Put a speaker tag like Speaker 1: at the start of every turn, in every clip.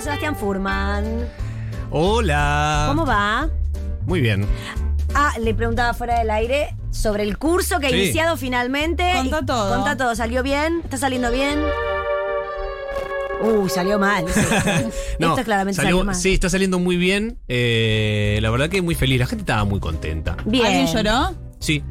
Speaker 1: Sebastián Furman.
Speaker 2: Hola.
Speaker 1: ¿Cómo va?
Speaker 2: Muy bien.
Speaker 1: Ah, le preguntaba fuera del aire sobre el curso que ha
Speaker 2: Sí.
Speaker 1: iniciado finalmente.
Speaker 3: Contá
Speaker 1: Y-
Speaker 3: todo.
Speaker 1: Contá todo. ¿Salió bien? ¿Está saliendo bien? Uh, salió mal. sí. Esto es claramente salió, mal.
Speaker 2: Sí, está saliendo muy bien. Eh, la verdad que muy feliz. La gente estaba muy contenta.
Speaker 1: Bien.
Speaker 3: ¿Alguien lloró?
Speaker 2: Sí.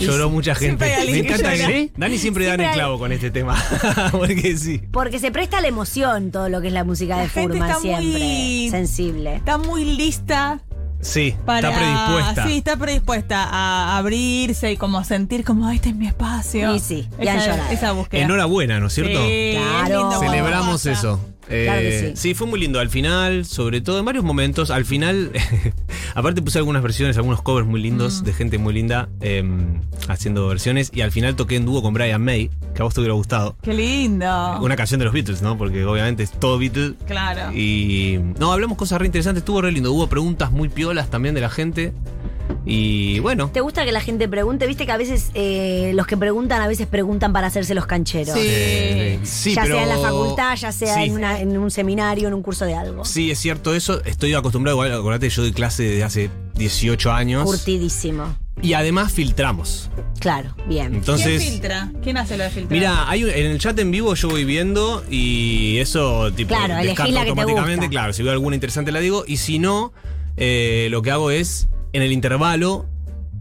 Speaker 2: Lloró mucha gente.
Speaker 3: Siempre hay
Speaker 2: Me
Speaker 3: alguien que
Speaker 2: encanta
Speaker 3: llora.
Speaker 2: que- Dani siempre da en el
Speaker 1: hay-
Speaker 2: clavo con este tema. Porque sí.
Speaker 1: Porque se presta la emoción todo lo que es la música
Speaker 3: La
Speaker 1: de
Speaker 3: gente
Speaker 1: Furman
Speaker 3: está
Speaker 1: siempre.
Speaker 3: muy-
Speaker 1: Sensible.
Speaker 3: Está muy lista
Speaker 2: Sí,
Speaker 3: para.
Speaker 2: está predispuesta.
Speaker 3: Sí, está predispuesta a abrirse y como sentir como, "Ay, este es mi espacio.
Speaker 1: Y sí, y han
Speaker 3: esa,
Speaker 1: llorado.
Speaker 3: esa búsqueda.
Speaker 2: Enhorabuena, ¿no es
Speaker 3: Sí,
Speaker 2: cierto?
Speaker 3: es
Speaker 1: Claro.
Speaker 3: lindo cuando
Speaker 2: Celebramos
Speaker 3: pasa.
Speaker 2: eso.
Speaker 1: Claro que
Speaker 2: Eh,
Speaker 1: sí.
Speaker 2: fue muy lindo. Al final, sobre todo en varios momentos, al final, aparte puse algunas versiones, algunos covers muy
Speaker 1: Mm.
Speaker 2: lindos de gente muy linda eh, haciendo versiones. Y al final toqué en dúo con Brian May, que a vos te hubiera gustado.
Speaker 3: Qué
Speaker 1: Oh.
Speaker 3: lindo.
Speaker 2: Una canción de los Beatles, ¿no? Porque obviamente es todo Beatles.
Speaker 1: Ah.
Speaker 3: Claro.
Speaker 2: Y no, hablamos cosas re interesantes, estuvo re lindo. Hubo preguntas muy piolas también de la gente. Y bueno,
Speaker 1: ¿Te gusta que la gente pregunte? Viste que a veces eh, los que preguntan, a veces preguntan para hacerse los cancheros.
Speaker 3: Sí.
Speaker 2: eh, sí,
Speaker 1: ya sea en la
Speaker 2: pero-
Speaker 1: facultad, ya sea
Speaker 2: Sí.
Speaker 1: en, una- en un seminario, en un curso de algo.
Speaker 2: Sí, es cierto eso. Estoy acostumbrado, igual, acordate, yo doy clase desde hace 18 años.
Speaker 1: Curtidísimo.
Speaker 2: Y además filtramos.
Speaker 1: Claro, bien.
Speaker 3: ¿Quién
Speaker 2: Entonces,
Speaker 3: filtra? ¿Quién hace lo de filtrar?
Speaker 2: mira, hay un- en el chat en vivo yo voy viendo y eso tipo
Speaker 1: Claro, elegí
Speaker 2: descarto
Speaker 1: la que te
Speaker 2: automáticamente,
Speaker 1: gusta.
Speaker 2: claro, si veo alguna interesante la digo y si no eh, lo que hago es en el intervalo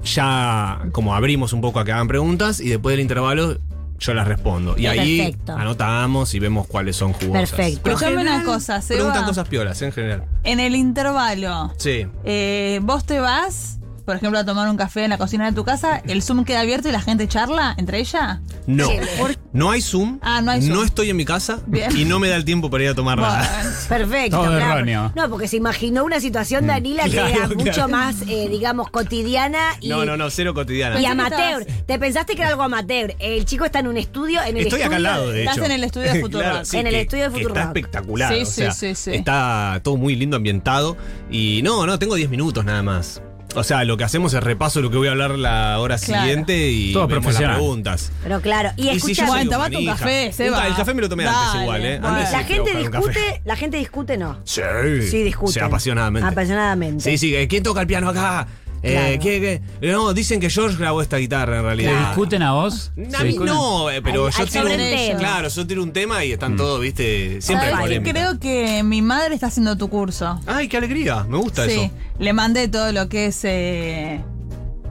Speaker 2: ya como abrimos un poco a que hagan preguntas y después del intervalo yo las respondo y ahí
Speaker 1: Perfecto.
Speaker 2: anotamos y vemos cuáles son jugosas.
Speaker 1: Perfecto.
Speaker 2: Pero en
Speaker 3: Escuchame una
Speaker 2: general,
Speaker 3: cosa, Seba.
Speaker 2: Preguntan cosas piolas en general.
Speaker 3: En el intervalo,
Speaker 2: Sí.
Speaker 3: eh, vos te vas, por ejemplo, a tomar un café en la cocina de tu casa, el Zoom queda abierto y la gente charla entre ella.
Speaker 2: No.
Speaker 1: Sí, por-
Speaker 2: No hay Zoom.
Speaker 3: Ah, no hay Zoom.
Speaker 2: estoy en mi casa
Speaker 3: Bien.
Speaker 2: y no me da el tiempo para ir a tomar nada.
Speaker 3: Bueno,
Speaker 1: Perfecto.
Speaker 4: Todo
Speaker 1: claro.
Speaker 4: erróneo.
Speaker 1: No, porque se imaginó una situación, Danila, que
Speaker 2: Mm. Claro,
Speaker 1: era
Speaker 2: claro.
Speaker 1: mucho más, eh, digamos, cotidiana y,
Speaker 2: No, no, no, cero cotidiana.
Speaker 1: y
Speaker 3: Pensé que
Speaker 1: amateur. Te pensaste que era algo amateur. El chico está en un estudio, en el
Speaker 2: Estoy acá
Speaker 1: estudio-
Speaker 2: al lado, de hecho.
Speaker 3: Estás en el estudio de Futurock.
Speaker 1: En el estudio de
Speaker 2: que
Speaker 1: Futurock.
Speaker 2: Está espectacular.
Speaker 3: Sí,
Speaker 2: o
Speaker 3: sí,
Speaker 2: sea,
Speaker 3: sí, sí.
Speaker 2: Está todo muy lindo ambientado. Y no, no, tengo 10 minutos nada más. O sea, lo que hacemos es repaso lo que voy a hablar la hora
Speaker 3: Claro.
Speaker 2: siguiente y
Speaker 4: Todo
Speaker 2: vemos las
Speaker 4: profesional.
Speaker 2: preguntas.
Speaker 1: Pero claro, y
Speaker 2: Y si yo
Speaker 1: escucha,
Speaker 2: soy
Speaker 3: Bueno,
Speaker 2: un
Speaker 3: tomate un
Speaker 2: manija.
Speaker 3: café, Seba.
Speaker 2: ca- El café me lo tomé antes
Speaker 3: Dale,
Speaker 2: igual, ¿eh?
Speaker 3: bueno.
Speaker 2: Antes
Speaker 1: la
Speaker 2: sí fui a
Speaker 1: gente
Speaker 2: buscar un café.
Speaker 1: discute, la gente discute no.
Speaker 2: Sí.
Speaker 1: Sí, discuten.
Speaker 2: Sí, apasionadamente.
Speaker 1: Apasionadamente.
Speaker 2: Sí, sí, eh, ¿quién toca el piano acá? Eh,
Speaker 1: Claro.
Speaker 2: ¿qué- qué? No, dicen que George grabó esta guitarra en
Speaker 4: ¿Te
Speaker 2: realidad.
Speaker 1: Claro.
Speaker 4: discuten a vos?
Speaker 2: A
Speaker 4: ¿Se
Speaker 2: mí
Speaker 4: discuten?
Speaker 2: no, eh, pero
Speaker 1: Al-
Speaker 2: yo
Speaker 1: al
Speaker 2: tiro un,
Speaker 3: sobre ellos.
Speaker 2: claro, yo tiro un tema y están todos, viste, siempre hay
Speaker 3: ¿Sabés que
Speaker 2: polémica.
Speaker 3: creo que mi madre está haciendo tu curso.
Speaker 2: Ay, qué alegría, me gusta
Speaker 3: Sí,
Speaker 2: eso.
Speaker 3: le mandé todo lo que es eh,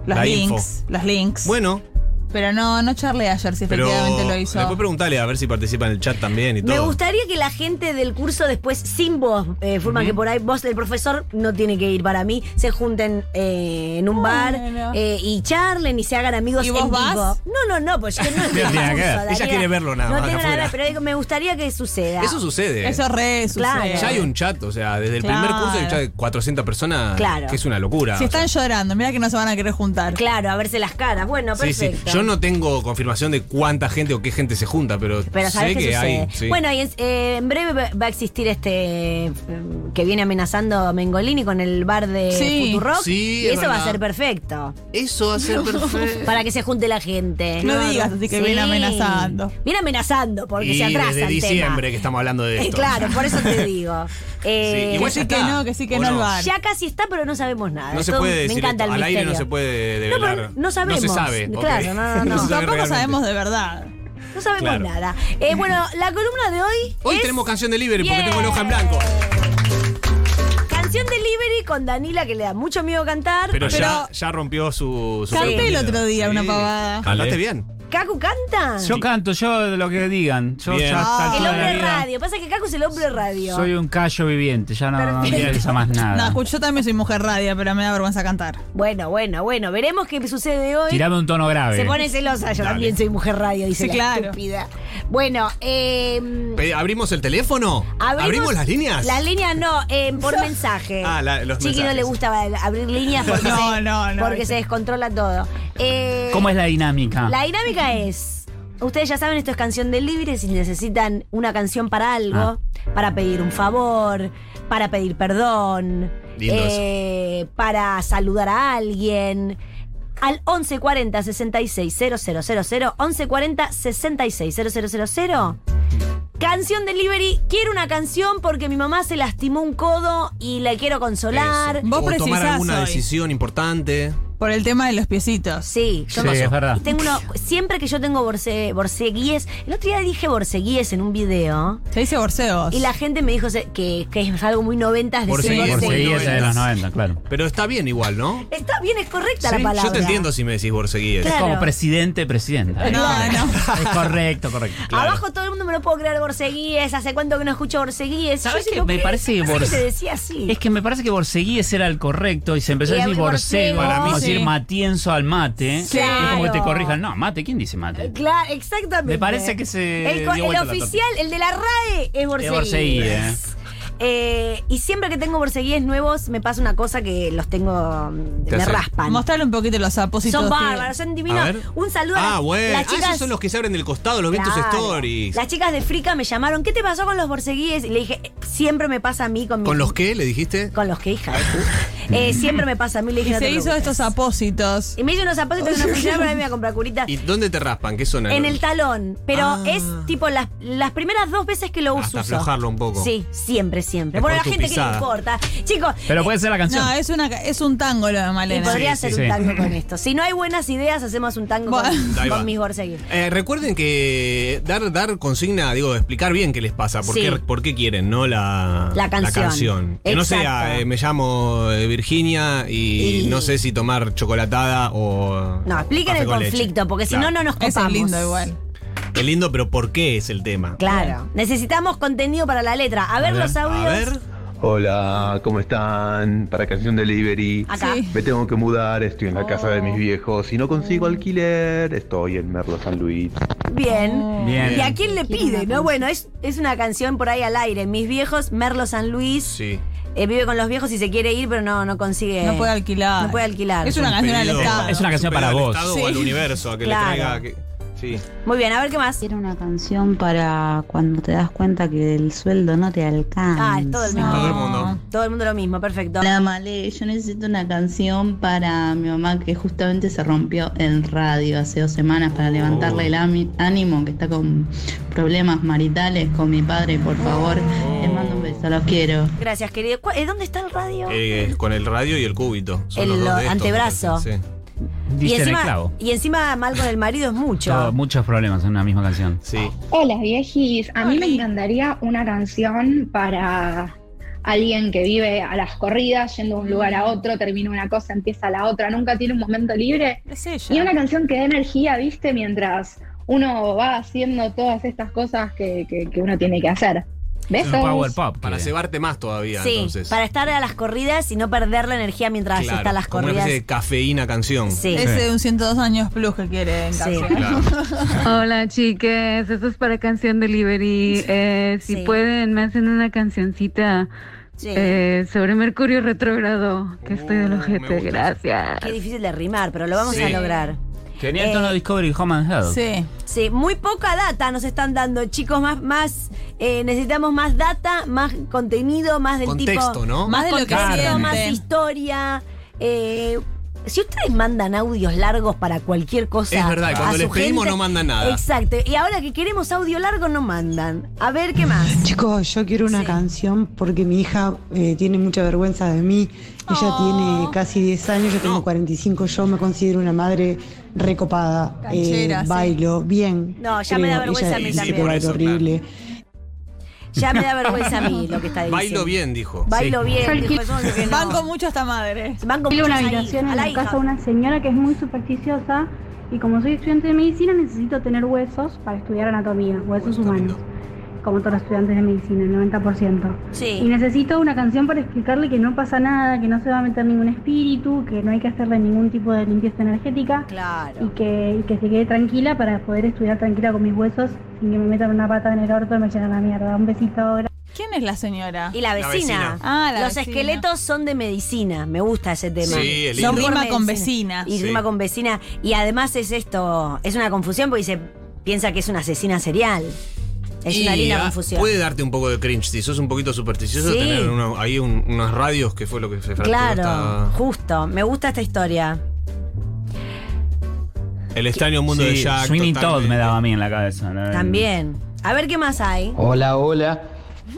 Speaker 3: las
Speaker 2: La info.
Speaker 3: links, las links.
Speaker 2: Bueno,
Speaker 3: Pero no, no charlé ayer si
Speaker 2: pero
Speaker 3: efectivamente lo hizo.
Speaker 2: después preguntale a ver si participa en el chat también y todo.
Speaker 1: Me gustaría que la gente del curso después, sin vos, eh, Furman, que por ahí vos, el profesor, no tiene que ir para mí, se junten eh, en un
Speaker 3: Bueno.
Speaker 1: bar eh, y charlen y se hagan amigos
Speaker 3: ¿Y vos
Speaker 1: en vivo.
Speaker 3: vas?
Speaker 1: No, no, no, pues yo no estoy
Speaker 2: tiene
Speaker 1: en el
Speaker 2: nada que
Speaker 1: curso,
Speaker 2: ver. Ella
Speaker 1: Daniela.
Speaker 2: quiere verlo nada
Speaker 1: No
Speaker 2: más
Speaker 1: tiene nada que ver,
Speaker 2: afuera.
Speaker 1: pero digo, me gustaría que suceda.
Speaker 2: Eso sucede.
Speaker 3: Eso re sucede.
Speaker 1: Claro.
Speaker 2: ya hay un chat, o sea, desde el primer
Speaker 3: Claro.
Speaker 2: curso hay un chat de 400 personas,
Speaker 1: Claro.
Speaker 2: que es una locura.
Speaker 3: Si
Speaker 2: o sea.
Speaker 3: están llorando, mira que no se van a querer juntar.
Speaker 1: Claro, a verse las caras. Bueno,
Speaker 2: Sí, sí.
Speaker 1: perfecto.
Speaker 2: Yo no tengo confirmación de cuánta gente o qué gente se junta, pero,
Speaker 1: Pero
Speaker 2: sé
Speaker 1: sabes
Speaker 2: que
Speaker 1: qué sucede.
Speaker 2: hay. sí.
Speaker 1: Bueno, y en, eh, en breve va- va a existir este eh, que viene amenazando Mengolini con el bar de
Speaker 3: Sí.
Speaker 1: Futurock.
Speaker 2: Sí,
Speaker 1: y
Speaker 2: es
Speaker 1: eso va a
Speaker 2: verdad.
Speaker 1: ser perfecto.
Speaker 2: eso va a ser perfecto.
Speaker 1: Para que se junte la gente.
Speaker 3: No digas, así que
Speaker 1: Sí.
Speaker 3: viene amenazando.
Speaker 1: Viene amenazando porque
Speaker 2: y
Speaker 1: se atrasa
Speaker 2: desde
Speaker 1: el
Speaker 2: diciembre
Speaker 1: tema.
Speaker 2: que estamos hablando de
Speaker 1: Eh,
Speaker 2: esto.
Speaker 1: claro, por eso te digo.
Speaker 2: Sí,
Speaker 1: Eh,
Speaker 2: igual
Speaker 3: que
Speaker 2: ya
Speaker 3: sí, que
Speaker 2: está,
Speaker 3: no, que sí, que
Speaker 2: ¿o
Speaker 3: no lo hagan.
Speaker 1: ya casi está, pero no sabemos nada.
Speaker 2: No se
Speaker 1: Esto
Speaker 2: puede
Speaker 1: me
Speaker 2: decir
Speaker 1: encanta
Speaker 2: esto.
Speaker 1: el
Speaker 2: al aire no se
Speaker 1: misterio.
Speaker 2: puede
Speaker 1: No, pero
Speaker 2: develar.
Speaker 1: no sabemos.
Speaker 2: se sabe. ok.
Speaker 1: Claro, no, no, no.
Speaker 2: se
Speaker 1: No,
Speaker 2: sabe
Speaker 3: Tampoco
Speaker 2: realmente.
Speaker 3: sabemos de verdad.
Speaker 1: No sabemos
Speaker 2: Claro.
Speaker 1: nada. Eh, bueno, la columna de hoy.
Speaker 2: Hoy
Speaker 1: es-
Speaker 2: tenemos canción delivery
Speaker 1: Bien.
Speaker 2: porque tengo el hoja en blanco.
Speaker 1: Canción delivery con Danila que le da mucho miedo cantar.
Speaker 2: Pero, ya,
Speaker 3: Pero-
Speaker 2: ya rompió su. su
Speaker 3: Canté el
Speaker 2: propio
Speaker 3: otro
Speaker 2: miedo.
Speaker 3: día una pavada.
Speaker 2: Cantaste
Speaker 4: Dale.
Speaker 2: bien.
Speaker 1: Cacu canta.
Speaker 4: Yo canto, yo lo que digan. Yo
Speaker 2: Bien.
Speaker 4: ya hasta
Speaker 1: el
Speaker 4: toda la
Speaker 1: hombre
Speaker 4: vida
Speaker 1: radio. Pasa Ah, que Cacu es el hombre radio.
Speaker 4: Soy un callo viviente, ya no, no me
Speaker 1: Perfecto.
Speaker 4: interesa más
Speaker 3: No,
Speaker 4: nada.
Speaker 3: escucho, yo también soy mujer radia, pero me da vergüenza cantar.
Speaker 1: Bueno, bueno, bueno. Veremos qué sucede hoy.
Speaker 4: Tirame un tono grave.
Speaker 1: Se pone celosa, yo
Speaker 2: Dale.
Speaker 1: también soy mujer radio, dice
Speaker 3: Sí,
Speaker 1: la
Speaker 3: claro.
Speaker 1: estúpida. Bueno, eh,
Speaker 2: Pe- ¿Abrimos el teléfono?
Speaker 1: abrimos-
Speaker 2: las líneas?
Speaker 1: Las líneas no, eh, por mensaje.
Speaker 2: Ah, la- los
Speaker 1: Chiqui no
Speaker 2: mensajes.
Speaker 1: le gusta abrir líneas porque,
Speaker 3: No,
Speaker 1: se,
Speaker 3: no, no,
Speaker 1: porque
Speaker 3: viste.
Speaker 1: se descontrola todo. Eh,
Speaker 4: ¿Cómo es la
Speaker 2: Ah.
Speaker 4: dinámica?
Speaker 1: La dinámica es. Ustedes ya saben, esto es canción del libre. Si necesitan una canción para algo,
Speaker 4: Ah.
Speaker 1: para pedir un favor, para pedir perdón,
Speaker 2: Lindo
Speaker 1: eh, para saludar a alguien. Al 1140 66 000, 1140 66 000, Canción delivery, quiero una canción porque mi mamá se lastimó un codo y la quiero consolar.
Speaker 2: Eso.
Speaker 3: Vos
Speaker 2: o tomar
Speaker 3: precisás
Speaker 2: alguna
Speaker 3: hoy.
Speaker 2: decisión importante.
Speaker 3: Por el tema de los piecitos.
Speaker 1: Sí, yo
Speaker 4: Sí,
Speaker 1: paso.
Speaker 4: es
Speaker 2: Ah.
Speaker 4: verdad.
Speaker 1: Y tengo uno, siempre que yo tengo borse, borseguíes, el otro día dije borseguíes en un video
Speaker 3: Se dice borseos.
Speaker 1: y la gente me dijo se- que, que es algo muy noventas de
Speaker 2: Borseguíes,
Speaker 1: decir
Speaker 4: Por
Speaker 2: borseguíes. eh.
Speaker 1: borseguíes.
Speaker 4: seguir de los 90, claro.
Speaker 2: Pero está bien igual, ¿no?
Speaker 1: Está bien, es correcta
Speaker 2: Sí,
Speaker 1: la palabra.
Speaker 2: Yo te entiendo si me decís Borseguíes.
Speaker 1: Claro.
Speaker 4: Como presidente, presidenta.
Speaker 3: No, no.
Speaker 4: Es correcto, correcto.
Speaker 2: Claro.
Speaker 1: Abajo todo el mundo me lo puedo creer Borseguíes, hace cuánto que no escucho Borseguíes.
Speaker 4: ¿Sabes
Speaker 1: Yo
Speaker 4: qué?
Speaker 1: digo,
Speaker 4: Me parece
Speaker 1: ¿Por qué
Speaker 4: Borse-
Speaker 1: te decía así?
Speaker 4: Es que me parece que Borseguíes era el correcto y se empezó a
Speaker 1: Y
Speaker 4: decir
Speaker 1: el Borcego,
Speaker 4: Borcego, para mí
Speaker 3: sí.
Speaker 4: decir Matienzo al mate.
Speaker 1: Sí.
Speaker 4: Es como que te
Speaker 1: Claro.
Speaker 4: corrijan. No, mate, ¿quién dice mate?
Speaker 1: Claro, exactamente.
Speaker 4: Me parece que se
Speaker 1: El, co-
Speaker 4: dio
Speaker 1: el
Speaker 4: vuelta la
Speaker 1: oficial, el de la RAE, es Borseguíes.
Speaker 4: Borseguíes.
Speaker 1: Eh, y siempre que tengo Borseguíes nuevos, me pasa una cosa que los tengo. mm,
Speaker 2: Te
Speaker 1: me
Speaker 2: hace-
Speaker 1: raspan.
Speaker 3: Mostrarle un poquito los apósitos.
Speaker 1: Son
Speaker 3: que-
Speaker 1: bárbaros, son
Speaker 2: A
Speaker 1: divinos.
Speaker 2: ver.
Speaker 1: Un saludo a
Speaker 2: Ah,
Speaker 1: las,
Speaker 2: bueno.
Speaker 1: las
Speaker 2: Ah,
Speaker 1: chicas.
Speaker 2: esos son los que se abren del costado, los vientos
Speaker 1: Claro.
Speaker 2: stories.
Speaker 1: Las chicas de Frica me llamaron. ¿Qué te pasó con los borseguíes? Y le dije, siempre me pasa a mí con mi.
Speaker 2: ¿Con los qué le dijiste?
Speaker 1: Con los que, hija. de pu- Eh, siempre me pasa a mí. Le dije,
Speaker 3: Y
Speaker 1: "No te
Speaker 3: se hizo
Speaker 1: preocupes".
Speaker 3: estos apósitos.
Speaker 1: Y me hizo unos zapatos que no funcionaron, pero ahí me voy a comprar curita.
Speaker 2: ¿Y dónde te raspan? ¿Qué zona?
Speaker 1: En el talón, pero
Speaker 2: Ah.
Speaker 1: es tipo las, las primeras dos veces que lo uso.
Speaker 2: Hasta aflojarlo un poco.
Speaker 1: Sí, siempre, siempre.
Speaker 2: Es
Speaker 1: Bueno, a la
Speaker 2: por tu
Speaker 1: gente que
Speaker 2: pisada.
Speaker 1: le importa. Chicos,
Speaker 4: Pero puede ser la canción.
Speaker 3: No, es, una, es un tango lo de
Speaker 1: y
Speaker 3: Malena.
Speaker 1: podría
Speaker 4: Sí,
Speaker 1: hacer
Speaker 4: sí,
Speaker 1: un
Speaker 4: sí.
Speaker 1: tango con esto. Si no hay buenas ideas, hacemos un tango
Speaker 3: Bueno.
Speaker 1: con,
Speaker 2: Ahí va.
Speaker 1: con mis borseguíes.
Speaker 2: Eh, recuerden que dar, dar consigna, digo, explicar bien qué les pasa, por,
Speaker 1: Sí.
Speaker 2: qué, por qué quieren, ¿no? La,
Speaker 1: La canción.
Speaker 2: Que no
Speaker 1: Exacto.
Speaker 2: sea, eh, me llamo eh, Virginia y,
Speaker 1: Y-
Speaker 2: no sé si tomar chocolatada o.
Speaker 1: No, expliquen
Speaker 2: café
Speaker 1: el
Speaker 2: con leche.
Speaker 1: conflicto, porque si
Speaker 2: Claro.
Speaker 1: no, no nos
Speaker 3: Ese
Speaker 1: copamos.
Speaker 3: es lindo igual.
Speaker 2: Es lindo, pero ¿por qué es el tema?
Speaker 1: Claro. Necesitamos contenido para la letra. A ver,
Speaker 4: ver,
Speaker 1: los audios.
Speaker 2: A ver.
Speaker 5: Hola, ¿cómo están? Para Canción Delivery.
Speaker 1: Acá.
Speaker 3: Sí.
Speaker 5: Me tengo que mudar, estoy en la casa de mis
Speaker 1: Oh.
Speaker 5: viejos. Si no consigo alquiler, estoy en Merlo San Luis.
Speaker 1: Bien.
Speaker 3: Oh.
Speaker 4: Bien.
Speaker 1: ¿Y a quién le pide? No, bueno, es, es una canción por ahí al aire. Mis viejos, Merlo San Luis,
Speaker 2: Sí.
Speaker 1: eh, vive con los viejos y se quiere ir, pero no, no consigue.
Speaker 3: No puede alquilar.
Speaker 1: Eh, No puede alquilar.
Speaker 3: Es una canción al
Speaker 2: Pedido-
Speaker 3: Estado.
Speaker 4: Es una canción para
Speaker 2: Pedido al
Speaker 4: vos.
Speaker 2: Estado o
Speaker 3: Sí.
Speaker 2: al universo, a que
Speaker 1: Claro.
Speaker 2: le traiga. que- sí.
Speaker 1: Muy bien, a ver qué más.
Speaker 6: Quiero una canción para cuando te das cuenta que el sueldo no te alcanza.
Speaker 1: Ah, es todo el mismo.
Speaker 2: Todo el mundo.
Speaker 1: Todo el mundo lo mismo, perfecto.
Speaker 7: Hola Male, yo necesito una canción para mi mamá que justamente se rompió el radio hace dos semanas para levantarle el ami- ánimo, que está con problemas maritales con mi padre, por favor. Les mando un beso, los quiero.
Speaker 1: Gracias, querido. ¿Cuál- eh, ¿Dónde está el radio?
Speaker 2: Eh, con el radio y el cúbito. Son
Speaker 1: El
Speaker 2: los dos de estos,
Speaker 1: antebrazo.
Speaker 2: Sí.
Speaker 1: y,
Speaker 4: Dice en el
Speaker 1: encima,
Speaker 4: clavo.
Speaker 1: y encima mal con el marido es mucho.
Speaker 4: Todo- muchos problemas en una misma canción.
Speaker 2: sí.
Speaker 8: Hola viejis, a mí me
Speaker 3: Oli.
Speaker 8: encantaría una canción para alguien que vive a las corridas, yendo de un lugar
Speaker 4: Mm.
Speaker 8: a otro, termina una cosa, empieza la otra, nunca tiene un momento libre.
Speaker 3: Es
Speaker 8: Y una
Speaker 3: ella.
Speaker 8: canción que dé energía, viste, mientras uno va haciendo todas estas cosas que, que- que uno tiene que hacer.
Speaker 4: Es un power
Speaker 8: Besos.
Speaker 4: pop.
Speaker 2: Para
Speaker 4: que-
Speaker 2: cebarte más todavía,
Speaker 1: sí,
Speaker 2: entonces.
Speaker 1: para estar a las corridas y no perder la energía mientras
Speaker 2: Claro,
Speaker 1: están las
Speaker 2: como
Speaker 1: corridas.
Speaker 2: Una especie de cafeína canción.
Speaker 1: Sí.
Speaker 3: Es de un 102 años plus que quiere en
Speaker 1: Sí.
Speaker 3: casa.
Speaker 2: Claro.
Speaker 9: Hola chiques, eso es para Canción Delivery. Eh, si
Speaker 1: Sí.
Speaker 9: pueden, me hacen una cancioncita
Speaker 1: Sí.
Speaker 9: eh, sobre Mercurio retrógrado, que estoy del
Speaker 2: Uh, me
Speaker 9: ojete.
Speaker 2: gusta.
Speaker 9: Gracias.
Speaker 1: Qué difícil de rimar, pero lo vamos
Speaker 2: Sí.
Speaker 1: a lograr.
Speaker 4: Tenía
Speaker 1: Eh,
Speaker 4: el tono Discovery Home and Health.
Speaker 3: Sí.
Speaker 1: Sí, muy poca data nos están dando, chicos. Más, más eh, necesitamos más data, más contenido, más del tipo.
Speaker 2: Contexto, ¿no?
Speaker 3: Más de lo que
Speaker 1: contexto,
Speaker 3: sienten.
Speaker 1: más historia. eh, si ustedes mandan audios largos para cualquier cosa.
Speaker 2: Es verdad,
Speaker 1: a
Speaker 2: cuando
Speaker 1: su
Speaker 2: les pedimos
Speaker 1: gente-
Speaker 2: no mandan nada.
Speaker 1: Exacto. Y ahora que queremos audio largo, no mandan. A ver qué más.
Speaker 10: Chicos, yo quiero una
Speaker 1: Sí.
Speaker 10: canción porque mi hija eh, tiene mucha vergüenza de mí. Ella
Speaker 3: Oh.
Speaker 10: tiene casi 10 años, yo tengo 45. Yo me considero una madre recopada. eh,
Speaker 3: Canchera, sí.
Speaker 10: Bailo bien.
Speaker 1: No, ya me da vergüenza
Speaker 10: Ella
Speaker 1: a mí
Speaker 10: dice que
Speaker 1: también.
Speaker 10: bailo
Speaker 2: Sí, por eso,
Speaker 10: horrible.
Speaker 1: Ya me da vergüenza a mí lo que está diciendo.
Speaker 2: Bailo bien, dijo.
Speaker 1: Bailo bien.
Speaker 8: Tranqui-
Speaker 1: dijo, eso es lo que no.
Speaker 3: Banco mucho a esta madre.
Speaker 1: Banco
Speaker 11: Tengo una
Speaker 1: mucho ahí,
Speaker 11: habitación
Speaker 1: a
Speaker 11: en
Speaker 1: la
Speaker 11: la
Speaker 1: hija.
Speaker 11: casa de una señora que es muy supersticiosa y como soy estudiante de medicina necesito tener huesos para estudiar anatomía, huesos humanos, como todos los estudiantes de medicina, el 90%. Y
Speaker 1: Sí.
Speaker 11: necesito una canción para explicarle que no pasa nada, que no se va a meter ningún espíritu, que no hay que hacerle ningún tipo de limpieza energética y
Speaker 1: Claro.
Speaker 11: que, y que se quede tranquila para poder estudiar tranquila con mis huesos sin que me metan una pata en el orto y me llenen la mierda. Un besito.
Speaker 3: ¿Quién es la señora?
Speaker 1: Y la
Speaker 2: La
Speaker 1: vecina.
Speaker 2: vecina.
Speaker 3: Ah, la
Speaker 1: Los
Speaker 3: vecina.
Speaker 1: esqueletos son de medicina. Me gusta ese tema.
Speaker 2: Sí, es
Speaker 1: Son
Speaker 2: lindo.
Speaker 1: por
Speaker 3: Rima con vecina.
Speaker 1: Y
Speaker 2: Sí.
Speaker 1: rima con vecina. Y además es esto, es una confusión porque se piensa que es una asesina serial. Es una
Speaker 2: Y,
Speaker 1: linda
Speaker 2: ah,
Speaker 1: confusión.
Speaker 2: Puede darte un poco de cringe. Si sos un poquito supersticioso,
Speaker 1: Sí.
Speaker 2: tener uno- ahí un- unos radios que fue lo que se fracturó
Speaker 1: Claro,
Speaker 2: esta-
Speaker 1: justo. Me gusta esta historia.
Speaker 2: El extraño mundo
Speaker 4: Sí,
Speaker 2: de Jack.
Speaker 4: Sweeney Todd
Speaker 2: totalmente.
Speaker 12: Em.
Speaker 4: me daba a mí en la cabeza. ¿no?
Speaker 1: También. A ver qué más hay.
Speaker 12: Hola, hola.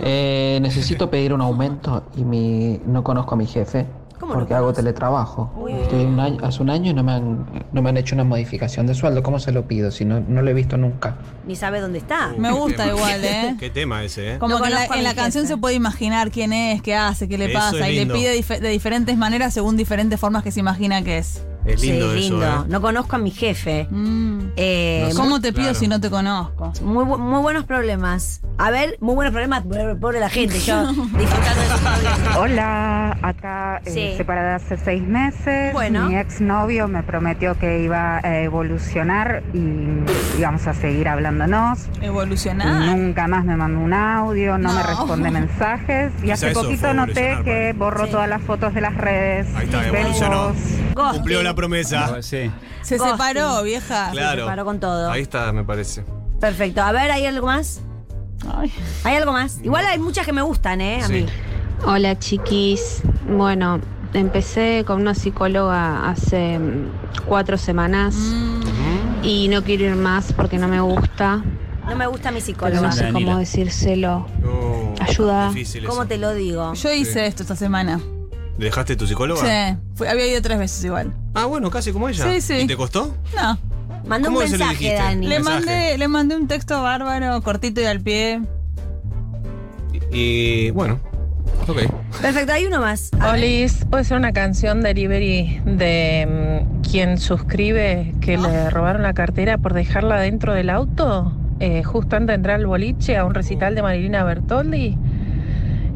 Speaker 12: Eh, necesito pedir un aumento y mi, no conozco a mi jefe
Speaker 1: ¿Cómo no
Speaker 12: porque hago teletrabajo. Estoy un año- hace un año y no me, han, no me han hecho una modificación de sueldo. ¿Cómo se lo pido si no, no lo he visto nunca?
Speaker 1: Ni sabe dónde está.
Speaker 3: Me gusta igual, ¿eh?
Speaker 2: Qué tema ese, ¿eh?
Speaker 3: Como
Speaker 1: No
Speaker 3: que en la,
Speaker 1: conozco a
Speaker 3: en
Speaker 1: mi
Speaker 3: la
Speaker 1: jefe.
Speaker 3: canción se puede imaginar quién es, qué hace, qué le
Speaker 2: Eso
Speaker 3: pasa.
Speaker 2: es
Speaker 3: Y le
Speaker 2: lindo.
Speaker 3: pide dife- de diferentes maneras según diferentes formas que se imagina que es.
Speaker 2: Es
Speaker 1: Sí,
Speaker 2: lindo eso,
Speaker 1: lindo.
Speaker 2: ¿eh?
Speaker 1: No conozco a mi jefe. Eh,
Speaker 2: No sé,
Speaker 3: Mm. ¿Cómo te pido
Speaker 2: claro.
Speaker 3: si no te conozco?
Speaker 1: Muy, bu- muy buenos problemas. A ver, muy buenos problemas. Pobre la gente, yo disfrutando de su
Speaker 13: Hola, acá eh,
Speaker 1: Sí.
Speaker 13: separada hace seis meses.
Speaker 1: Bueno.
Speaker 13: Mi exnovio me prometió que iba a evolucionar y íbamos a seguir hablándonos.
Speaker 1: Ah.
Speaker 3: Evolucionar.
Speaker 13: Nunca más me mandó un audio, no, me
Speaker 3: No.
Speaker 13: responde mensajes. Y
Speaker 2: Quizá
Speaker 13: hace
Speaker 2: eso fue
Speaker 13: poquito noté
Speaker 2: evolucionar,
Speaker 13: que borró todas las fotos de las redes.
Speaker 2: Ahí está,
Speaker 13: Besos.
Speaker 2: evolucionó.
Speaker 1: Ghosting.
Speaker 2: Cumplió la promesa.
Speaker 4: Ah. Sí.
Speaker 3: Se
Speaker 1: Ghosting.
Speaker 3: separó, vieja.
Speaker 2: Claro.
Speaker 1: Se separó con todo.
Speaker 2: Ahí está, me parece.
Speaker 1: Perfecto. A ver, ¿hay algo más? ¿Hay algo más? Igual hay muchas que me gustan, ¿eh? A
Speaker 2: Sí.
Speaker 1: mí.
Speaker 6: Hola chiquis. Bueno, empecé con una psicóloga hace mm, cuatro semanas
Speaker 3: Mm,
Speaker 1: Mm.
Speaker 6: y no quiero ir más porque no me gusta,
Speaker 1: No me gusta mi
Speaker 6: pero
Speaker 1: psicóloga.
Speaker 6: no sé cómo decírselo.
Speaker 2: Oh,
Speaker 6: Ayuda.
Speaker 2: Difícil eso.
Speaker 1: ¿Cómo te lo digo?
Speaker 3: Yo hice
Speaker 2: Sí.
Speaker 3: esto esta semana.
Speaker 2: ¿Le dejaste tu psicóloga?
Speaker 3: Sí, fui- había ido tres veces igual.
Speaker 2: Ah, bueno, casi como ella.
Speaker 3: Sí, sí.
Speaker 2: ¿Y te costó?
Speaker 3: No.
Speaker 1: Mandó un
Speaker 2: ¿Cómo se lo
Speaker 1: mensaje,
Speaker 2: dijiste?
Speaker 1: Dani.
Speaker 3: Le
Speaker 2: Mensaje.
Speaker 3: mandé, le mandé un texto bárbaro, cortito y al pie.
Speaker 2: Y bueno. Ok.
Speaker 1: Perfecto, hay uno más.
Speaker 14: Olis, puede ser una canción delivery de mm, quien suscribe que
Speaker 3: Ah.
Speaker 14: le robaron la cartera por dejarla dentro del auto, eh, justo antes de entrar al boliche a un recital
Speaker 3: Oh.
Speaker 14: de Marilina Bertoldi.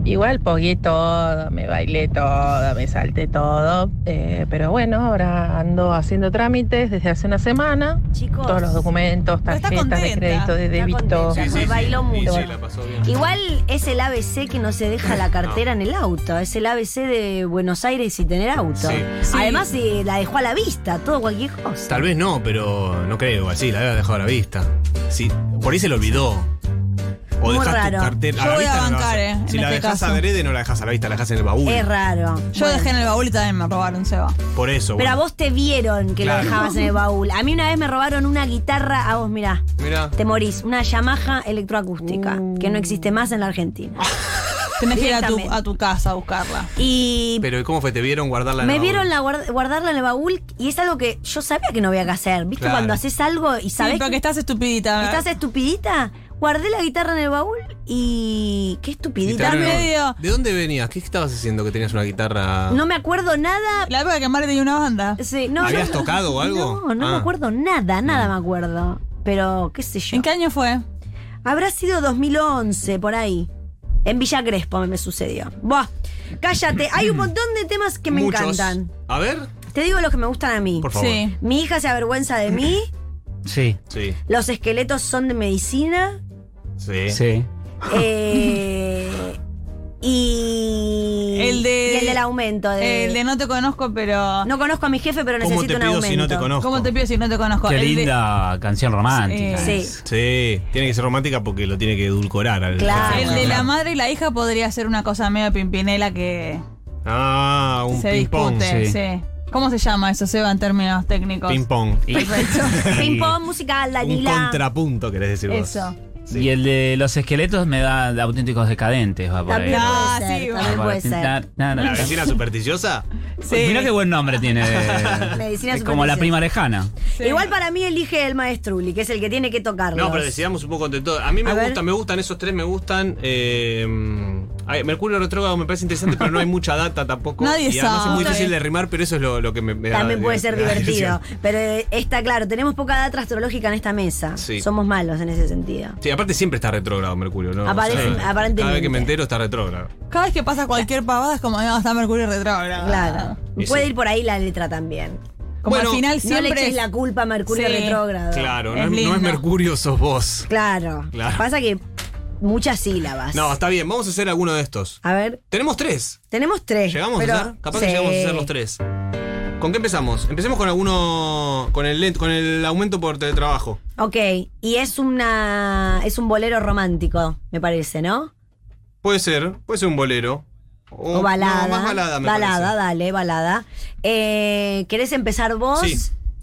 Speaker 14: Igual pogué todo, me bailé todo, me salté todo, eh, pero bueno, ahora ando haciendo trámites desde hace una semana.
Speaker 1: Chicos.
Speaker 14: Todos los documentos,
Speaker 3: Pero está
Speaker 14: tarjetas de
Speaker 3: contenta.
Speaker 14: crédito, de
Speaker 1: Está
Speaker 14: débito.
Speaker 1: contenta, me bailó
Speaker 2: Y
Speaker 1: mucho.
Speaker 2: sí, la pasó bien.
Speaker 1: Igual es el ABC que no se deja la cartera en el auto. Es el ABC de Buenos Aires y tener auto.
Speaker 2: Sí.
Speaker 3: Sí.
Speaker 1: Además, eh, la dejó a la vista, todo cualquier cosa.
Speaker 2: Tal vez no, pero no creo. Así, la había dejado a la vista. Sí, por ahí se lo olvidó. O
Speaker 1: Muy
Speaker 2: dejas
Speaker 1: raro.
Speaker 2: tu cartera.
Speaker 3: Yo
Speaker 2: la
Speaker 3: voy a
Speaker 2: vista no la vas
Speaker 3: bancar, eh,
Speaker 2: Si
Speaker 3: en
Speaker 2: la
Speaker 3: este
Speaker 2: dejas
Speaker 3: caso. Eh,
Speaker 2: adrede, no la dejas a la vista, la dejas en el baúl.
Speaker 1: Es raro.
Speaker 3: Yo
Speaker 1: Bueno.
Speaker 3: dejé en el baúl y también me robaron, Seba.
Speaker 2: Por eso,
Speaker 1: Pero a
Speaker 2: bueno.
Speaker 1: vos te vieron que
Speaker 2: Claro.
Speaker 1: lo dejabas en el baúl. A mí una vez me robaron una guitarra, a vos mirá,
Speaker 2: Mira.
Speaker 1: te morís, una Yamaha electroacústica, que no
Speaker 2: Mm.
Speaker 1: existe más en la Argentina.
Speaker 2: Ah,
Speaker 3: Tenés que ir a tu,
Speaker 1: Directamente.
Speaker 3: a tu casa a buscarla.
Speaker 1: Y
Speaker 2: Pero ¿y ¿cómo fue? ¿Te vieron guardarla en
Speaker 1: me
Speaker 2: el baúl?
Speaker 1: vieron la guard- guardarla en el baúl y es algo que yo sabía que no había que hacer. ¿Viste
Speaker 2: Claro.
Speaker 1: cuando haces algo y
Speaker 3: Sí,
Speaker 1: sabes
Speaker 3: pero que estás estupidita.
Speaker 1: estás estupidita? Guardé la guitarra en el baúl y... ¡Qué
Speaker 2: Y te
Speaker 1: estupidita!
Speaker 2: abrieron el baúl.
Speaker 3: medio.
Speaker 2: ¿De dónde venías? ¿Qué estabas haciendo que tenías una guitarra?
Speaker 1: No me acuerdo nada.
Speaker 3: La época que Mari tenía una banda.
Speaker 1: Sí, no,
Speaker 2: ¿Habías
Speaker 1: no-
Speaker 2: tocado o algo?
Speaker 1: No, no me
Speaker 2: Ah. Mm.
Speaker 1: acuerdo nada, nada me acuerdo. Pero qué sé yo.
Speaker 3: ¿En qué año fue?
Speaker 1: Habrá sido 2011, por ahí. En Villa Crespo me sucedió. Buah, cállate. Hay un montón de temas que me
Speaker 2: Muchos.
Speaker 1: encantan.
Speaker 2: A ver.
Speaker 1: Te digo los que me gustan a mí.
Speaker 2: Por favor.
Speaker 3: Sí.
Speaker 1: Mi hija se avergüenza de mí.
Speaker 4: Sí.
Speaker 2: Sí.
Speaker 1: Los esqueletos son de medicina.
Speaker 2: Sí.
Speaker 4: Sí.
Speaker 1: eh, y.
Speaker 3: El de-
Speaker 1: y el del aumento. de-
Speaker 3: El de no te conozco, pero.
Speaker 1: Eh, no conozco a mi jefe, pero
Speaker 2: ¿Cómo
Speaker 1: necesito
Speaker 2: te
Speaker 1: un
Speaker 2: pido
Speaker 1: aumento.
Speaker 2: si no te conozco?
Speaker 3: ¿Cómo te pido si no te conozco?
Speaker 4: Qué
Speaker 3: El de-
Speaker 4: linda canción romántica.
Speaker 3: Sí.
Speaker 4: es.
Speaker 1: Sí.
Speaker 2: Sí, tiene que ser romántica porque lo tiene que edulcorar al
Speaker 1: Claro.
Speaker 3: El de la
Speaker 2: Claro.
Speaker 3: madre y la hija podría ser una cosa medio pimpinela que
Speaker 2: Ah, un
Speaker 3: se
Speaker 2: ping-pong.
Speaker 3: discute.
Speaker 4: sí.
Speaker 3: sí. ¿Cómo se llama eso, Seba, en términos técnicos?
Speaker 2: Ping-pong.
Speaker 1: Pues
Speaker 3: Perfecto.
Speaker 1: Ping pong, musical,
Speaker 2: Un
Speaker 1: Danila.
Speaker 2: contrapunto, querés decir vos.
Speaker 3: Eso.
Speaker 4: Y el de los esqueletos me da de auténticos decadentes. Va por ahí.
Speaker 1: También
Speaker 3: Ah,
Speaker 1: puede ser,
Speaker 3: sí,
Speaker 1: también
Speaker 4: Va por
Speaker 1: puede
Speaker 4: ahí.
Speaker 1: ser.
Speaker 4: Na, na,
Speaker 2: ¿La
Speaker 4: na.
Speaker 2: vecina supersticiosa?
Speaker 3: Sí.
Speaker 4: Mirá qué buen nombre tiene.
Speaker 1: Medicina
Speaker 4: Es como la
Speaker 1: superficial.
Speaker 4: prima lejana.
Speaker 3: Sí.
Speaker 1: Igual para mí elige el maestruli, que es el que tiene que tocarlos.
Speaker 2: No, pero decidamos un poco entre todo. A mí me
Speaker 1: A ver.
Speaker 2: gustan, me gustan, esos tres me gustan. Eh, ay, Mercurio retrógrado me parece interesante, pero no hay mucha data tampoco.
Speaker 3: Nadie
Speaker 2: y además
Speaker 3: sabe.
Speaker 2: es muy difícil de rimar, pero eso es lo, lo que me, me da- eh,
Speaker 1: También puede
Speaker 2: me
Speaker 1: ser
Speaker 2: da
Speaker 1: divertido.
Speaker 2: diversión.
Speaker 1: Pero eh, está claro, tenemos poca data astrológica en esta mesa.
Speaker 2: Sí.
Speaker 1: Somos malos en ese sentido.
Speaker 2: Sí, aparte siempre está retrógrado Mercurio, ¿no?
Speaker 1: Aparece- aparentemente.
Speaker 2: Cada vez que me entero está retrógrado.
Speaker 3: Cada vez que pasa cualquier pavada es como, no, está Mercurio retrógrado.
Speaker 1: Claro.
Speaker 2: Ah, Y
Speaker 1: Puede
Speaker 2: sí.
Speaker 1: ir por ahí la letra también.
Speaker 3: Como
Speaker 2: Bueno,
Speaker 3: al final
Speaker 1: No le
Speaker 3: siempre.
Speaker 1: eches la culpa a Mercurio
Speaker 3: Sí.
Speaker 1: retrógrado.
Speaker 2: Claro,
Speaker 3: Es
Speaker 2: no, es, no
Speaker 3: lindo.
Speaker 2: es Mercurio, sos vos.
Speaker 1: Claro.
Speaker 2: Claro.
Speaker 1: Pasa que muchas sílabas.
Speaker 2: No, está bien, vamos a hacer alguno de estos.
Speaker 1: A ver,
Speaker 2: Tenemos tres.
Speaker 1: tenemos tres.
Speaker 2: Llegamos
Speaker 1: Eh, pero-
Speaker 2: a hacer. Capaz que
Speaker 1: Sí.
Speaker 2: llegamos a hacer los tres. ¿Con qué empezamos? Empecemos con alguno. con el lent- con el aumento por teletrabajo.
Speaker 1: Ok, y es una es un bolero romántico, me parece, ¿no?
Speaker 2: Puede ser, puede ser un bolero.
Speaker 1: O, balada.
Speaker 2: no, más balada, me
Speaker 1: balada,
Speaker 2: parece.
Speaker 1: dale, balada. Eh, ¿Querés empezar vos?
Speaker 2: Sí.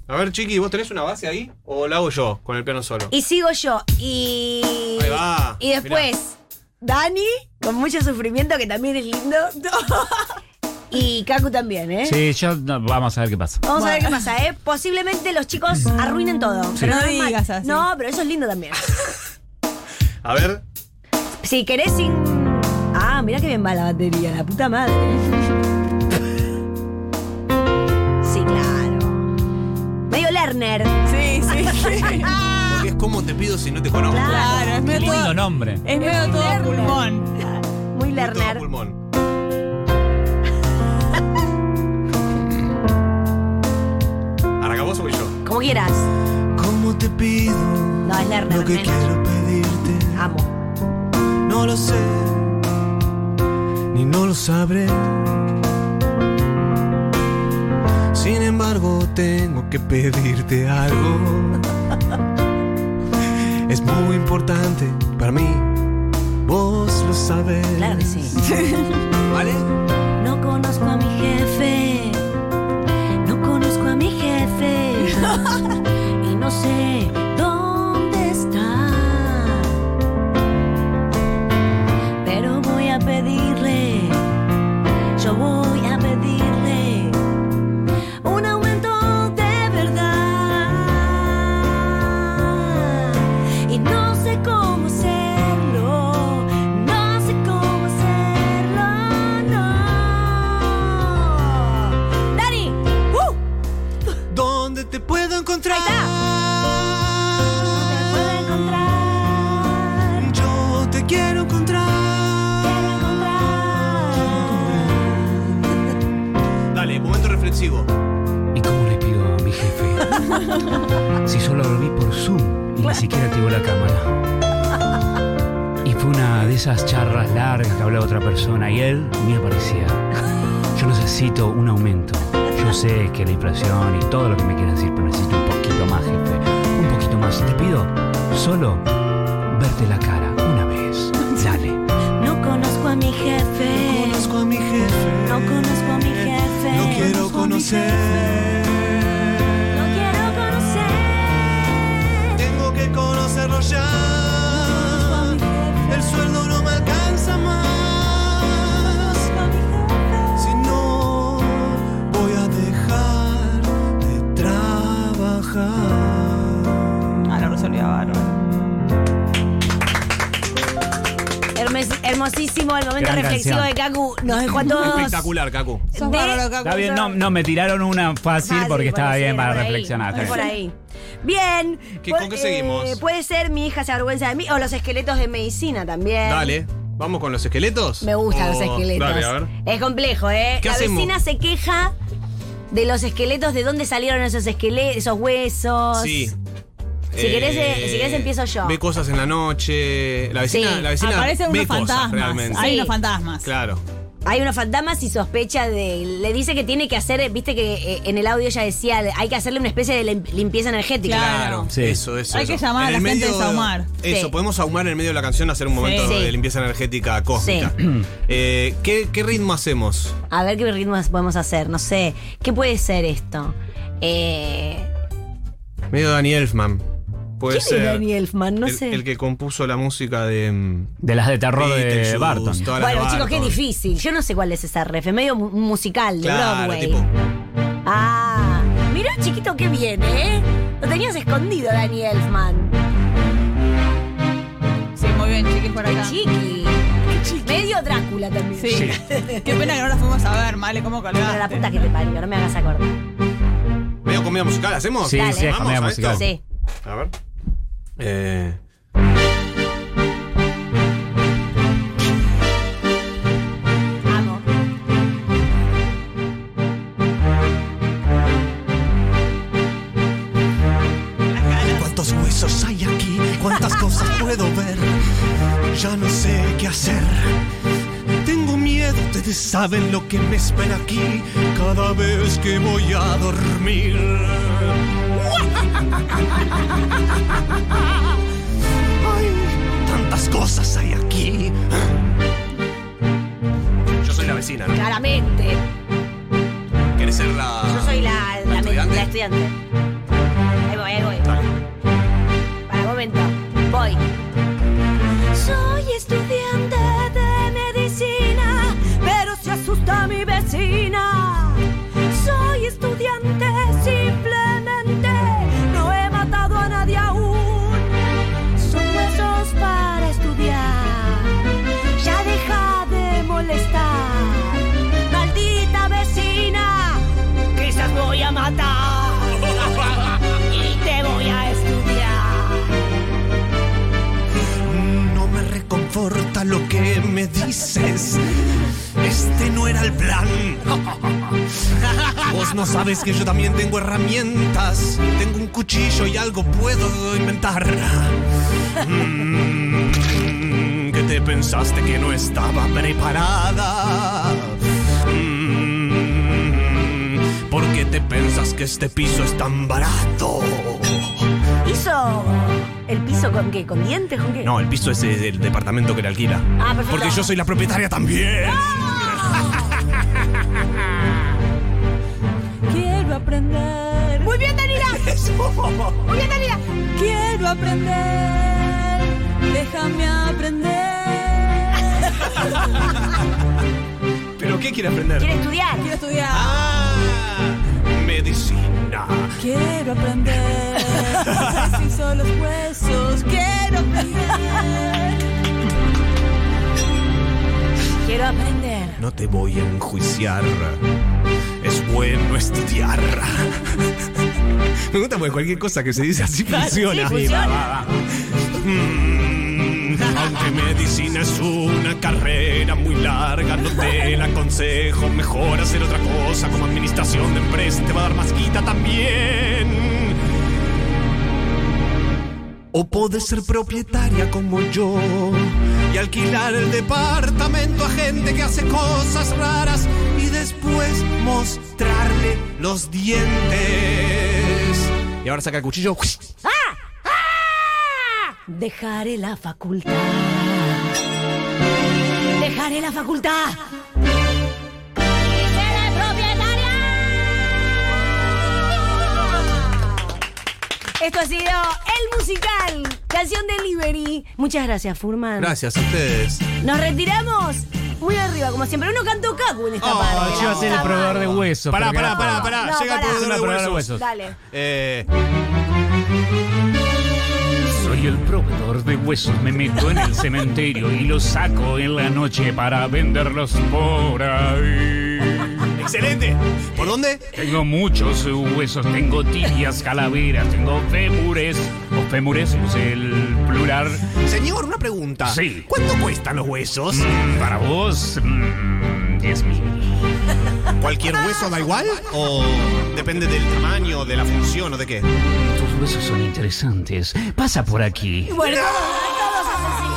Speaker 2: A ver, Chiqui, ¿vos tenés una base ahí? ¿O la hago yo con el piano solo?
Speaker 1: Y sigo yo. Y.
Speaker 2: Ahí va.
Speaker 1: Y después, Dani, con mucho sufrimiento, que también es lindo. y Kaku también, ¿eh?
Speaker 4: Sí, yo no, vamos a ver qué pasa.
Speaker 1: Vamos a ver qué pasa, ¿eh? Posiblemente los chicos arruinen todo.
Speaker 4: Sí.
Speaker 1: Pero
Speaker 4: No
Speaker 1: Mm. no, es mal.
Speaker 4: digas así.
Speaker 1: No, pero eso es lindo también.
Speaker 2: A ver.
Speaker 1: Si querés sin. Ah, mirá que bien va la batería, la puta madre. Sí, claro. Medio Lerner. Sí, sí.
Speaker 2: Porque es como te pido si no te conozco.
Speaker 1: Claro, es medio
Speaker 2: Qué lindo
Speaker 1: todo-
Speaker 2: nombre.
Speaker 1: es medio todo pulmón. Muy Lerner.
Speaker 2: pulmón. Arranca vos o voy yo.
Speaker 1: Como quieras.
Speaker 15: ¿Cómo te pido?
Speaker 1: No, es Lerner.
Speaker 15: Lo que
Speaker 1: nena.
Speaker 15: quiero pedirte.
Speaker 1: Amo.
Speaker 15: No lo sé, ni no lo sabré. Sin embargo, tengo que pedirte algo. Es muy importante para mí. Vos lo sabes.
Speaker 1: Claro que sí.
Speaker 15: ¿Vale?
Speaker 1: No conozco a mi jefe. No conozco a mi jefe. Y no sé dónde está. Pero voy a pedirle. Yo voy a pedirle. Un aumento de verdad. Y no sé cómo hacerlo. No sé cómo hacerlo. No. Dani. ¡Uh!
Speaker 15: ¿Dónde te puedo encontrar? Yo te quiero encontrar.
Speaker 2: Dale, momento reflexivo.
Speaker 16: ¿Y cómo le pido a mi jefe? si solo lo vi por Zoom y ni siquiera activó la cámara. Y fue una de esas charlas largas que hablaba otra persona y él ni aparecía. Yo necesito un aumento. Yo sé que la inflación y todo lo que me quieras decir, pero necesito un poquito más, jefe. Un poquito más. Te pido solo verte la cara una vez. Dale.
Speaker 1: No conozco a mi jefe. No
Speaker 15: conozco a mi jefe.
Speaker 1: No conozco a mi jefe.
Speaker 15: Lo quiero conocer.
Speaker 1: Lo quiero conocer.
Speaker 15: Tengo que conocerlo ya. El sueldo no me alcanza más. Si no, voy a dejar de trabajar.
Speaker 3: Ah, la Rosalía Bárbara.
Speaker 1: Hermes- hermosísimo el momento
Speaker 4: Gran
Speaker 1: reflexivo
Speaker 4: canción.
Speaker 1: de Kaku. Nos dejó a todos.
Speaker 2: Espectacular, Cacu.
Speaker 1: Sos bárbaro, Cacu.
Speaker 4: Está bien, no, no, me tiraron una fácil,
Speaker 1: Fácil,
Speaker 4: porque estaba
Speaker 1: bueno, sí,
Speaker 4: bien
Speaker 1: era
Speaker 4: para
Speaker 1: por ahí,
Speaker 4: reflexionar.
Speaker 1: fue
Speaker 4: está
Speaker 1: por
Speaker 4: bien.
Speaker 1: ahí. Bien.
Speaker 2: ¿Qué-
Speaker 1: Pu-
Speaker 2: con qué
Speaker 1: eh,
Speaker 2: seguimos?
Speaker 1: puede ser mi hija se avergüenza de mí o los esqueletos de medicina también.
Speaker 2: Dale. ¿Vamos con los esqueletos?
Speaker 1: Me gustan los
Speaker 2: O-
Speaker 1: esqueletos.
Speaker 2: Oh, Dale, a ver.
Speaker 1: Es complejo, ¿eh?
Speaker 2: ¿Qué
Speaker 1: La
Speaker 2: hacemos?
Speaker 1: vecina se queja de los esqueletos, de dónde salieron esos esqueletos, esos huesos.
Speaker 2: Sí.
Speaker 1: Si querés, eh, si querés empiezo yo.
Speaker 2: Ve cosas en la noche. La vecina,
Speaker 1: Sí.
Speaker 2: la vecina
Speaker 1: Aparecen
Speaker 2: ve
Speaker 1: unos
Speaker 2: cosas
Speaker 1: fantasmas.
Speaker 2: realmente.
Speaker 1: Hay Sí.
Speaker 3: unos fantasmas.
Speaker 2: Claro.
Speaker 1: Hay unos fantasmas y sospecha de. Le dice que tiene que hacer. Viste que eh, en el audio ella decía, hay que hacerle una especie de lim- limpieza energética.
Speaker 2: Claro. Eso, eso.
Speaker 3: Hay que
Speaker 2: eso.
Speaker 3: llamar a
Speaker 2: En el
Speaker 3: la gente
Speaker 2: medio
Speaker 3: de Saumar.
Speaker 2: Eso,
Speaker 3: Sí.
Speaker 2: podemos ahumar en el medio de la canción, hacer un momento
Speaker 1: Sí.
Speaker 2: de limpieza energética cósmica. Eh, ¿qué, qué ritmo hacemos?
Speaker 1: A ver qué ritmos podemos hacer. No sé. ¿Qué puede ser esto? Eh,
Speaker 2: Medio Danny Elfman. Puede
Speaker 1: ¿Quién es
Speaker 2: ser.
Speaker 1: Danny Elfman? No
Speaker 2: el,
Speaker 1: sé.
Speaker 2: el que compuso la música de.
Speaker 4: De las de terror de
Speaker 2: Beetlejuice,
Speaker 4: Barton.
Speaker 2: todas las de
Speaker 1: Bueno, chicos, qué
Speaker 2: Barton.
Speaker 1: difícil. Yo no sé cuál es esa ref. Es medio mu- musical de
Speaker 2: Claro,
Speaker 1: Broadway.
Speaker 2: tipo.
Speaker 1: Ah, mirá, chiquito, qué bien, ¿eh? Lo tenías escondido, Danny Elfman.
Speaker 3: Sí, muy bien, chiquis por acá.
Speaker 1: Chiqui. Medio Drácula también.
Speaker 3: Sí. Qué pena que no la fuimos a ver, Male, cómo colgaste.
Speaker 1: Pero la puta que te parió, no me hagas acordar.
Speaker 2: ¿Medio comedia musical hacemos?
Speaker 4: Sí, sí, es
Speaker 2: ¿Vamos
Speaker 4: comedia
Speaker 2: a esto?
Speaker 4: musical.
Speaker 1: Sí.
Speaker 2: A ver. Eh,
Speaker 1: Amo.
Speaker 15: ¿Cuántos huesos hay aquí? ¿Cuántas cosas puedo ver? Ya no sé qué hacer. Tengo miedo, ustedes saben lo que me espera aquí cada vez que voy a dormir. Ay, tantas cosas hay aquí.
Speaker 2: yo soy la vecina, ¿no?
Speaker 1: Claramente.
Speaker 2: ¿Querés ser la.
Speaker 1: Yo soy la, la- la
Speaker 2: ¿Estudiante?
Speaker 1: estudiante. momento. Voy. Soy estudiante de medicina, pero se asusta mi vecina. Soy estudiante simplemente, no he matado a nadie aún. Son huesos para estudiar, ya deja de molestar. Maldita vecina, quizás voy a matar y te voy a estudiar.
Speaker 2: No me reconforta lo que me dices. Este no era el plan. Vos no sabes que yo también tengo herramientas. Tengo un cuchillo y algo puedo inventar. Mm, que te pensaste que no estaba preparada. Mm, ¿Por qué te pensas que este piso es tan barato?
Speaker 1: ¿Piso? ¿El piso con qué? ¿Con dientes? ¿Con qué?
Speaker 17: No, el piso es eh, del departamento que le alquila.
Speaker 1: Ah, perfecto. Ah.
Speaker 17: Porque yo soy la propietaria también.
Speaker 1: Quiero aprender. Muy bien, Danila. Muy bien, Danila. Quiero aprender. Déjame aprender.
Speaker 17: ¿Pero qué quiere aprender? Ah,
Speaker 1: Quiero estudiar. Quiero estudiar.
Speaker 2: Ah, Medicina.
Speaker 1: Quiero aprender. Si son los huesos. Quiero aprender. Quiero aprender.
Speaker 2: No te voy a enjuiciar. Es bueno estudiar.
Speaker 17: Me gusta porque cualquier cosa que se dice así funciona.
Speaker 2: Sí, funciona. Mm, Aunque medicina es una carrera muy larga, no te la aconsejo. Mejor hacer otra cosa como administración de empresa. Te va a dar más quita también. O podés ser propietaria como yo y alquilar el departamento a gente que hace cosas raras y después mostrarle los dientes. Y ahora saca el cuchillo.
Speaker 1: Ah. Dejaré ¡Ah! la facultad. Dejaré la facultad. Y seré propietaria. Esto ha sido El Musical, canción delivery. Muchas gracias, Furman.
Speaker 17: Gracias a ustedes.
Speaker 1: Nos retiramos muy arriba, como siempre. Uno cantó Cacu en esta
Speaker 2: Oh,
Speaker 1: parte.
Speaker 18: Oh, yo iba a ser el proveedor de huesos.
Speaker 17: Pará,
Speaker 18: pero
Speaker 17: pará,
Speaker 18: creo
Speaker 17: Ah, pará,
Speaker 18: que-
Speaker 17: pará.
Speaker 1: No,
Speaker 17: Llega
Speaker 1: pará.
Speaker 17: el
Speaker 18: Una
Speaker 17: proveedor
Speaker 18: prueba
Speaker 17: de
Speaker 18: de
Speaker 17: huesos.
Speaker 1: Dale.
Speaker 17: Eh,
Speaker 4: Soy el proveedor de huesos, me meto en el cementerio y los saco en la noche para venderlos por ahí.
Speaker 2: Excelente. ¿Por dónde?
Speaker 4: Tengo muchos huesos, tengo tibias, calaveras, tengo fémures, o fémures es el plural.
Speaker 2: Señor, una pregunta.
Speaker 4: Sí.
Speaker 2: ¿Cuánto cuestan los huesos?
Speaker 4: Mm, para vos, mm, 10 mil.
Speaker 17: ¿Cualquier hueso da igual? ¿O depende del tamaño, de la función o de qué?
Speaker 4: Tus huesos son interesantes. Pasa por aquí.
Speaker 1: Bueno, todos- todos hacen así.